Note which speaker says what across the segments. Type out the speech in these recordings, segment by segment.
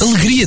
Speaker 1: Alegria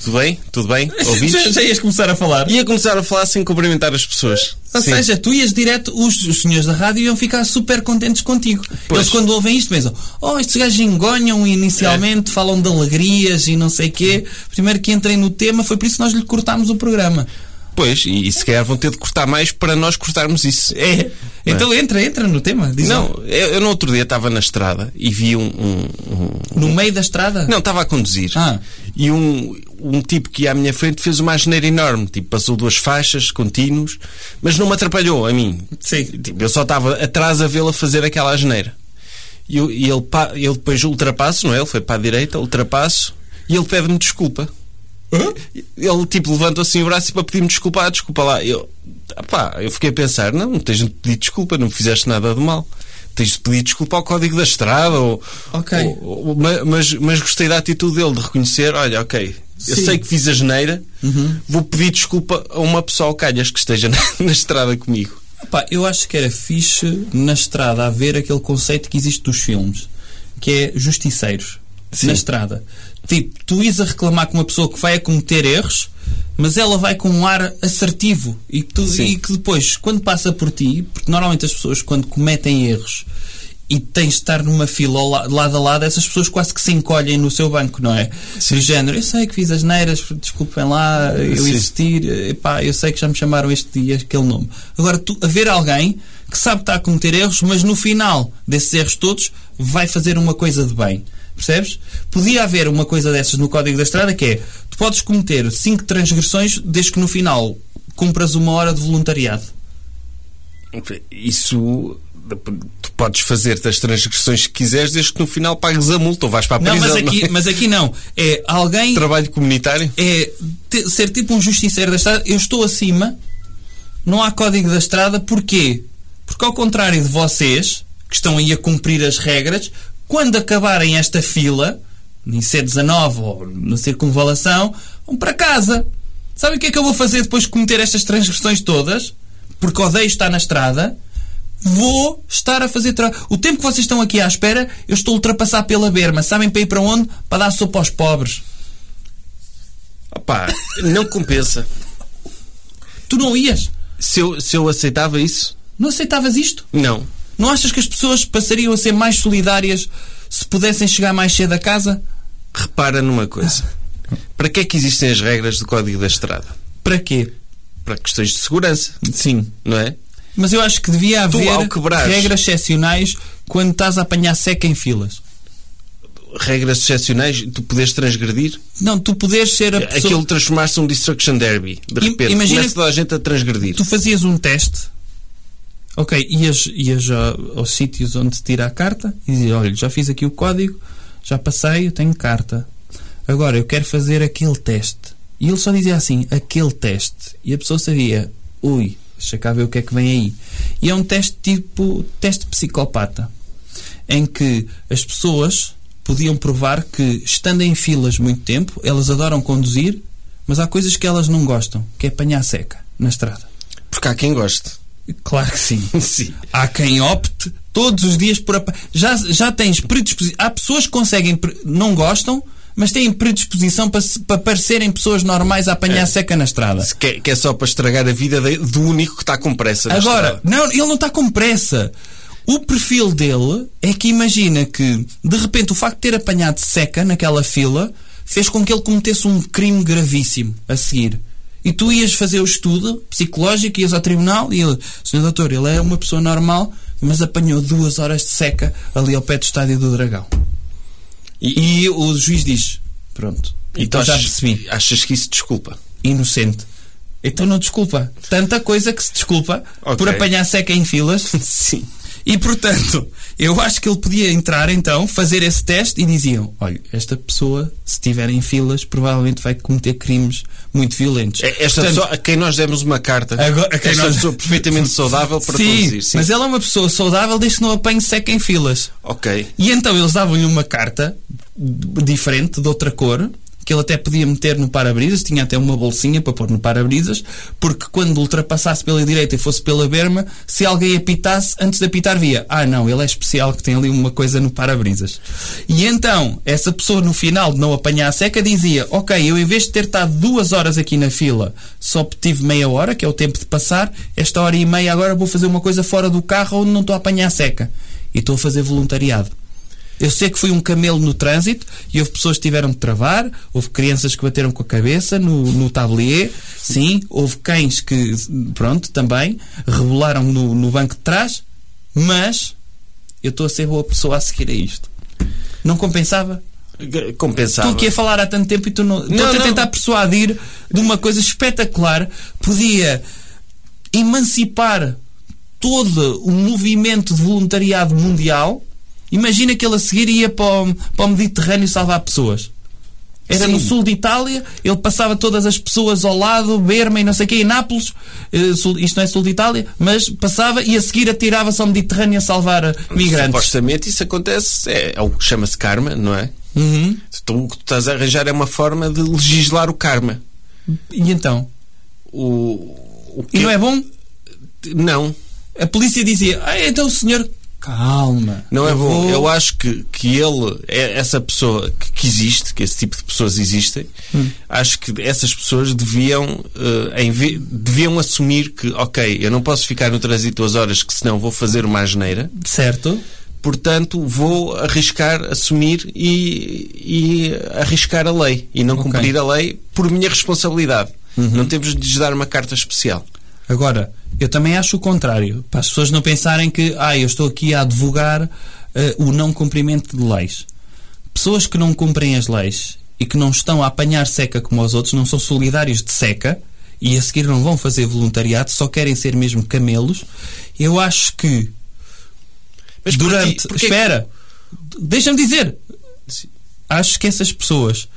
Speaker 2: Tudo bem? Tudo bem?
Speaker 3: Já,
Speaker 2: Ouviste?
Speaker 3: já ias começar a falar.
Speaker 2: Ia começar a falar sem cumprimentar as pessoas.
Speaker 3: Ou
Speaker 2: Sim.
Speaker 3: seja, tu ias direto, os, os senhores da rádio iam ficar super contentes contigo. Eles quando ouvem isto pensam, oh, estes gajos engonham
Speaker 1: É.
Speaker 3: inicialmente, falam de alegrias e não sei quê. Primeiro que entrem no tema, foi por isso que nós lhe cortámos o programa.
Speaker 2: Pois, e, e se calhar vão ter de cortar mais para nós cortarmos isso.
Speaker 3: É. Então entra, entra no tema. Diz
Speaker 2: Não,
Speaker 3: lá.
Speaker 2: eu, eu no outro dia estava na estrada e vi um- um- um,
Speaker 3: No meio da estrada?
Speaker 2: Não, estava a conduzir.
Speaker 3: Ah.
Speaker 2: E um, um tipo que ia à minha frente fez uma asneira enorme. Tipo, passou duas faixas contínuos, mas não me atrapalhou a mim.
Speaker 3: Sim.
Speaker 2: Tipo, eu só estava atrás a vê-la fazer aquela asneira. E, eu- e ele, pa- ele depois ultrapasso, não é? Ele foi para a direita, ultrapasso, e ele pede-me desculpa. Ele, tipo, levanta assim o braço e para pedir-me desculpa, ah, desculpa lá. Eu, ah, pá, eu fiquei a pensar, não, não tens de pedir desculpa, não fizeste nada de mal. Tens de pedir desculpa ao código da estrada ou,
Speaker 3: Ok.
Speaker 2: ou- o- ma- mas, mas gostei da atitude dele de reconhecer: olha, ok, eu
Speaker 3: Sim. Uhum.
Speaker 2: sei que fiz a geneira, vou pedir desculpa a uma pessoa ao calhas que esteja na, na estrada comigo.
Speaker 3: Pá, eu acho que era fixe na estrada a ver aquele conceito que existe dos filmes, que é justiceiros na estrada. Tipo, tu ires a reclamar com uma pessoa que vai a cometer erros, mas ela vai com um ar assertivo e que, tu- e que depois, quando passa por ti, porque normalmente as pessoas quando cometem erros e tens de estar numa fila ao la- lado a lado, essas pessoas quase que se encolhem no seu banco, não é? Do género, eu sei que fiz as neiras, desculpem lá, eu
Speaker 2: Sim.
Speaker 3: existir, epá, eu sei que já me chamaram este dia aquele nome. Agora, tu, haver alguém que sabe que está a cometer erros, mas no final desses erros todos vai fazer uma coisa de bem. Percebes? Podia haver uma coisa dessas no Código da Estrada que é tu podes cometer cinco transgressões desde que no final cumpras uma hora de voluntariado.
Speaker 2: Isso. Tu podes fazer das transgressões que quiseres, desde que no final pagues a multa ou vais para a
Speaker 3: Não,
Speaker 2: prisão.
Speaker 3: mas
Speaker 2: não
Speaker 3: aqui,
Speaker 2: é?
Speaker 3: mas aqui não. É alguém
Speaker 2: Trabalho comunitário?
Speaker 3: é te- ser tipo um justiceiro da estrada. Eu estou acima, não há código da estrada, porquê? Porque ao contrário de vocês, que estão aí a cumprir as regras, quando acabarem esta fila, em C19 ou na circunvalação, vão para casa. Sabem o que é que eu vou fazer depois de cometer estas transgressões todas? Porque odeio estar na estrada. Vou estar a fazer. Tra... O tempo que vocês estão aqui à espera, eu estou a ultrapassar pela berma. Sabem para ir para onde? Para dar sopa aos pobres.
Speaker 2: Opá, não compensa.
Speaker 3: Tu não ias?
Speaker 2: Se eu, se eu aceitava isso?
Speaker 3: Não aceitavas isto?
Speaker 2: Não.
Speaker 3: Não achas que as pessoas passariam a ser mais solidárias se pudessem chegar mais cedo a casa?
Speaker 2: Repara numa coisa: para que é que existem as regras do código da estrada?
Speaker 3: Para quê?
Speaker 2: Para questões de segurança,
Speaker 3: Sim.
Speaker 2: não é?
Speaker 3: Mas eu acho que devia
Speaker 2: Tu, ao
Speaker 3: haver
Speaker 2: quebrares-
Speaker 3: regras excepcionais quando estás a apanhar seca em filas.
Speaker 2: regras excepcionais, tu podes transgredir.
Speaker 3: Não, tu podes ser a pessoa...
Speaker 2: Aquilo transformar-se num destruction derby. De
Speaker 3: Im-
Speaker 2: repente,
Speaker 3: imagina
Speaker 2: começa
Speaker 3: que-
Speaker 2: toda a gente a transgredir.
Speaker 3: Tu fazias um teste... Ok, ias, ias a- aos sítios onde se tira a carta e dizia, olha, já fiz aqui o código, já passei, eu tenho carta. Agora, eu quero fazer aquele teste. E ele só dizia assim, aquele teste. E a pessoa sabia, ui, deixa cá ver o que é que vem aí. E é um teste tipo teste psicopata, em que as pessoas podiam provar que, estando em filas muito tempo, elas adoram conduzir, mas há coisas que elas não gostam, que é apanhar seca na estrada.
Speaker 2: Porque há quem goste.
Speaker 3: Claro que sim.
Speaker 2: Sim.
Speaker 3: Há quem opte todos os dias por. apa- Já, já tens predisposição. Há pessoas que conseguem. pre- Não gostam, mas têm predisposição para, se- para parecerem pessoas normais a apanhar seca na estrada.
Speaker 2: Se quer, que é só para estragar a vida de- do único que está com pressa. na
Speaker 3: Agora,
Speaker 2: estrada.
Speaker 3: não, ele não está com pressa. O perfil dele é que imagina que, de repente, o facto de ter apanhado seca naquela fila fez com que ele cometesse um crime gravíssimo a seguir. E tu ias fazer o estudo psicológico, ias ao tribunal e ele, senhor doutor, ele é uma pessoa normal, mas apanhou duas horas de seca ali ao pé do estádio do Dragão. E, o juiz diz: Pronto,
Speaker 2: E
Speaker 3: então
Speaker 2: tu
Speaker 3: já
Speaker 2: achas-
Speaker 3: percebi
Speaker 2: Achas que isso desculpa?
Speaker 3: inocente. Então não desculpa. Tanta coisa que se desculpa
Speaker 2: Ok.
Speaker 3: por apanhar seca em filas. Sim. E portanto, eu acho que ele podia entrar então, fazer esse teste e diziam: olha, esta pessoa, se estiver em filas, provavelmente vai cometer crimes muito violentos.
Speaker 2: É, Esta
Speaker 3: Portanto,
Speaker 2: pessoa, a quem nós demos uma carta,
Speaker 3: Agora- a quem
Speaker 2: esta
Speaker 3: nós-
Speaker 2: pessoa perfeitamente saudável é para conduzir. Sim,
Speaker 3: mas ela é uma pessoa saudável desde que não apanhe seca em filas.
Speaker 2: Ok.
Speaker 3: E então eles davam-lhe uma carta d- diferente, de outra cor, que ele até podia meter no para-brisas, tinha até uma bolsinha para pôr no para-brisas, porque quando ultrapassasse pela direita e fosse pela berma, se alguém apitasse, antes de apitar via, ah não, ele é especial que tem ali uma coisa no para-brisas. E então, essa pessoa no final de não apanhar a seca dizia, ok, eu em vez de ter estado duas horas aqui na fila, só tive meia hora, que é o tempo de passar, esta hora e meia agora vou fazer uma coisa fora do carro onde não estou a apanhar a seca. E estou a fazer voluntariado. Eu sei que foi um camelo no trânsito e houve pessoas que tiveram de travar, houve crianças que bateram com a cabeça no, no tablier, sim, houve cães que, pronto, também, rebolaram no, no banco de trás, mas eu estou a ser boa pessoa a seguir a isto. Não compensava?
Speaker 2: G- Compensava.
Speaker 3: Estou aqui a falar há tanto tempo e tu não. Estou a
Speaker 2: não.
Speaker 3: tentar persuadir de uma coisa espetacular. Podia emancipar todo o movimento de voluntariado mundial. Imagina que ele a seguir ia para o, para o Mediterrâneo salvar pessoas. Era no sul de Itália, ele passava todas as pessoas ao lado, Berma e não sei o quê, em Nápoles, eh, sul- isto não é sul de Itália, mas passava e a seguir atirava-se ao Mediterrâneo a salvar eh, migrantes.
Speaker 2: Supostamente isso acontece, é, é o que chama-se karma, não é?
Speaker 3: Uhum.
Speaker 2: Então, o que tu estás a arranjar é uma forma de legislar o karma.
Speaker 3: E então?
Speaker 2: O, o
Speaker 3: E
Speaker 2: que-
Speaker 3: não é bom?
Speaker 2: Não,
Speaker 3: A polícia dizia: Ah, então o senhor. Calma.
Speaker 2: não é
Speaker 3: eu
Speaker 2: bom.
Speaker 3: vou-
Speaker 2: Eu acho que, que ele, é- essa pessoa que, que existe, que esse tipo de pessoas existem,
Speaker 3: Hum.
Speaker 2: acho que essas pessoas deviam, eh, em ve- deviam assumir que, ok, eu não posso ficar no trânsito duas horas, que senão vou fazer uma asneira.
Speaker 3: Certo.
Speaker 2: Portanto, vou arriscar assumir e, e arriscar a lei e não
Speaker 3: Ok. Uhum.
Speaker 2: cumprir a lei por minha responsabilidade. Não temos de lhes dar uma carta especial.
Speaker 3: Agora, eu também acho o contrário. Para as pessoas não pensarem que, ah, eu estou aqui a advogar eh, o não cumprimento de leis. Pessoas que não cumprem as leis e que não estão a apanhar seca como os outros, não são solidários de seca e a seguir não vão fazer voluntariado, só querem ser mesmo camelos. Eu acho que
Speaker 2: Mas porquê-
Speaker 3: durante.
Speaker 2: porquê- é
Speaker 3: Espera! Deixa-me dizer! Acho que essas pessoas,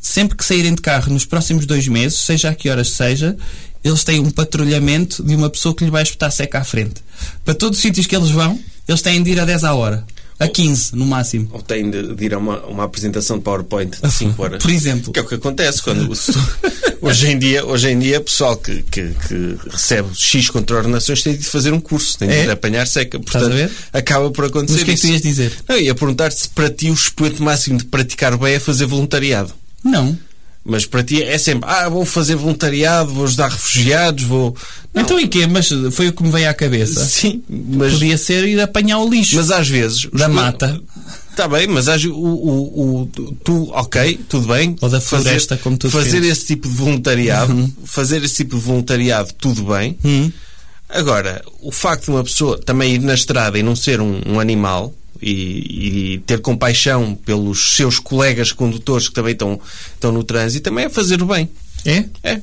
Speaker 3: sempre que saírem de carro nos próximos dois meses, seja a que horas seja, eles têm um patrulhamento de uma pessoa que lhe vai espetar seca à frente. Para todos os sítios que eles vão, eles têm de ir a 10 à hora.
Speaker 2: Oh.
Speaker 3: A 15, no máximo.
Speaker 2: Ou têm de, de ir a uma, uma apresentação de PowerPoint de 5 horas.
Speaker 3: Uhum. Por exemplo.
Speaker 2: Que é o que acontece quando. o- hoje em dia, hoje em dia, pessoal que, que, que recebe X contraordenações tem de fazer um curso, tem de
Speaker 3: É?
Speaker 2: ir apanhar seca.
Speaker 3: Estás a
Speaker 2: Portanto,
Speaker 3: ver?
Speaker 2: acaba por acontecer
Speaker 3: Mas o que é que
Speaker 2: isso.
Speaker 3: tu ias dizer?
Speaker 2: Não, eu ia perguntar se para ti o expoente máximo de praticar bem é fazer voluntariado.
Speaker 3: Não.
Speaker 2: Mas para ti é sempre, ah, vou fazer voluntariado, vou ajudar refugiados, vou.
Speaker 3: Então em quê? Mas foi o que me veio à cabeça.
Speaker 2: Sim, mas,
Speaker 3: Tá. Podia ser ir apanhar o lixo
Speaker 2: mas às vezes.
Speaker 3: da mata.
Speaker 2: Está Tá bem, mas às, o, o, o- tu, ok, tudo bem.
Speaker 3: Ou da
Speaker 2: Fazer-
Speaker 3: floresta, como tu Uhum.
Speaker 2: Fazer
Speaker 3: defendes.
Speaker 2: esse tipo de voluntariado, fazer esse tipo de voluntariado, tudo bem.
Speaker 3: Uhum.
Speaker 2: Agora, o facto de uma pessoa também ir na estrada e não ser um, um animal e, e ter compaixão pelos seus colegas condutores que também estão, estão no trânsito, também é fazer o bem.
Speaker 3: É?
Speaker 2: É.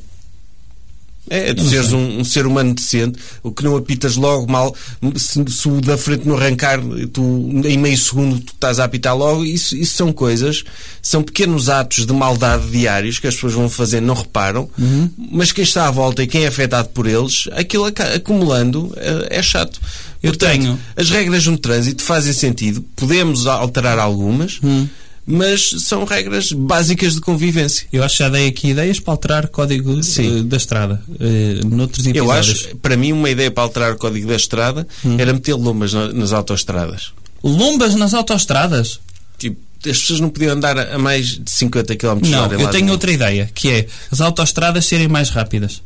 Speaker 2: É, é
Speaker 3: Eu
Speaker 2: tu
Speaker 3: não
Speaker 2: seres
Speaker 3: sei.
Speaker 2: um, um ser humano decente, o que não apitas logo mal, se, se o da frente não arrancar, tu, em meio segundo tu estás a apitar logo, isso, isso são coisas, são pequenos atos de maldade diários que as pessoas vão fazendo, não reparam,
Speaker 3: Uhum.
Speaker 2: mas quem está à volta e quem é afetado por eles, aquilo aca- acumulando eh, é, chato.
Speaker 3: Eu
Speaker 2: Portanto,
Speaker 3: tenho.
Speaker 2: As regras no trânsito fazem sentido, podemos alterar algumas,
Speaker 3: Uhum.
Speaker 2: mas são regras básicas de convivência.
Speaker 3: Eu acho que já dei aqui ideias para alterar o código
Speaker 2: Sim.
Speaker 3: eh, da estrada. eh, noutros episódios.
Speaker 2: Eu acho, para mim, uma ideia para alterar o código da estrada
Speaker 3: Hum.
Speaker 2: era meter lombas na- nas autoestradas.
Speaker 3: Lombas nas autoestradas?
Speaker 2: Tipo, as pessoas não podiam andar a a mais de 50 km por
Speaker 3: Não,
Speaker 2: hora. em
Speaker 3: eu
Speaker 2: lado
Speaker 3: tenho
Speaker 2: nenhum.
Speaker 3: outra ideia, que é as autoestradas serem mais rápidas.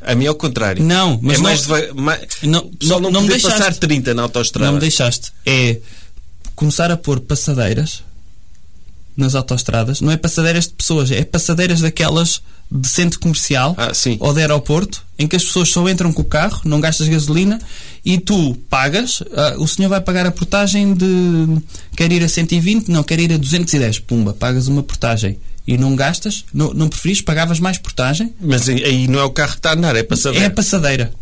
Speaker 2: A mim é o contrário.
Speaker 3: Não, mas
Speaker 2: é
Speaker 3: não-
Speaker 2: mais deva- ma-
Speaker 3: Não-
Speaker 2: o pessoal não,
Speaker 3: não- não me
Speaker 2: poder
Speaker 3: deixaste.
Speaker 2: passar 30 na autoestrada.
Speaker 3: Não me deixaste. É começar a pôr passadeiras nas autoestradas. Não é passadeiras de pessoas, é passadeiras daquelas de centro comercial
Speaker 2: Ah, sim.
Speaker 3: ou de aeroporto, em que as pessoas só entram com o carro, não gastas gasolina e tu pagas. ah, o senhor vai pagar a portagem de. Quer ir a 120? Não, quer ir a 210. Pumba, pagas uma portagem. E não gastas? Não, não preferis? Pagavas mais portagem?
Speaker 2: Mas aí- aí não é o carro que está a andar, é passadeira.
Speaker 3: É a passadeira.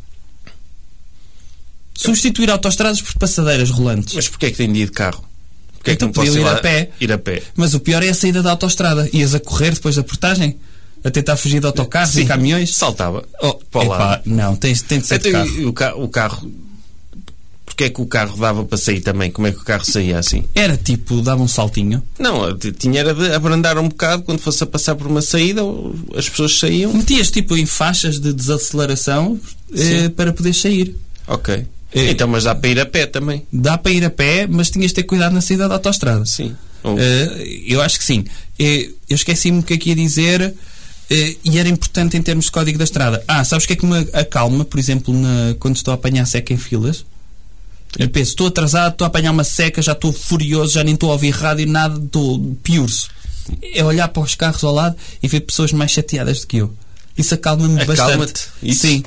Speaker 3: Substituir autostradas por passadeiras rolantes. Mas,
Speaker 2: Mas porquê é que tem de ir de carro? Porquê é que
Speaker 3: Então
Speaker 2: não posso
Speaker 3: podia
Speaker 2: ir
Speaker 3: ir a
Speaker 2: lá-
Speaker 3: pé.
Speaker 2: Ir a pé.
Speaker 3: o pior é a saída da autostrada. Ias a correr depois da portagem? A tentar fugir de autocarros e caminhões?
Speaker 2: Saltava. Oh, para o
Speaker 3: Epá,
Speaker 2: lado.
Speaker 3: não, tens, tem de ser de
Speaker 2: Então,
Speaker 3: carro.
Speaker 2: e- e o, ca- o carro. Porquê é que o carro dava para sair também? Como é que o carro saía assim?
Speaker 3: Era tipo, dava um saltinho.
Speaker 2: Não, eu t- tinha era de abrandar um bocado quando fosse a passar por uma saída, o- as pessoas saíam.
Speaker 3: Metias tipo em faixas de desaceleração eh,
Speaker 2: Sim.
Speaker 3: para poder sair.
Speaker 2: Ok.
Speaker 3: É.
Speaker 2: Então, mas dá para ir a pé também.
Speaker 3: Dá para ir a pé, mas tinhas de ter cuidado na saída da autostrada.
Speaker 2: Sim. Ou-
Speaker 3: Eh, eu acho que sim. Eh, eu esqueci-me o que é que ia dizer eh, e era importante em termos de código da estrada. Ah, sabes o que é que me acalma, por exemplo, na- quando estou a apanhar seca em filas? Eu penso, estou atrasado, estou a apanhar uma seca, já estou furioso, já nem estou a ouvir rádio, nada, estou piurso. É olhar para os carros ao lado e ver pessoas mais chateadas do que eu. Isso acalma-me bastante.
Speaker 2: Acalma-te, isso?
Speaker 3: Sim.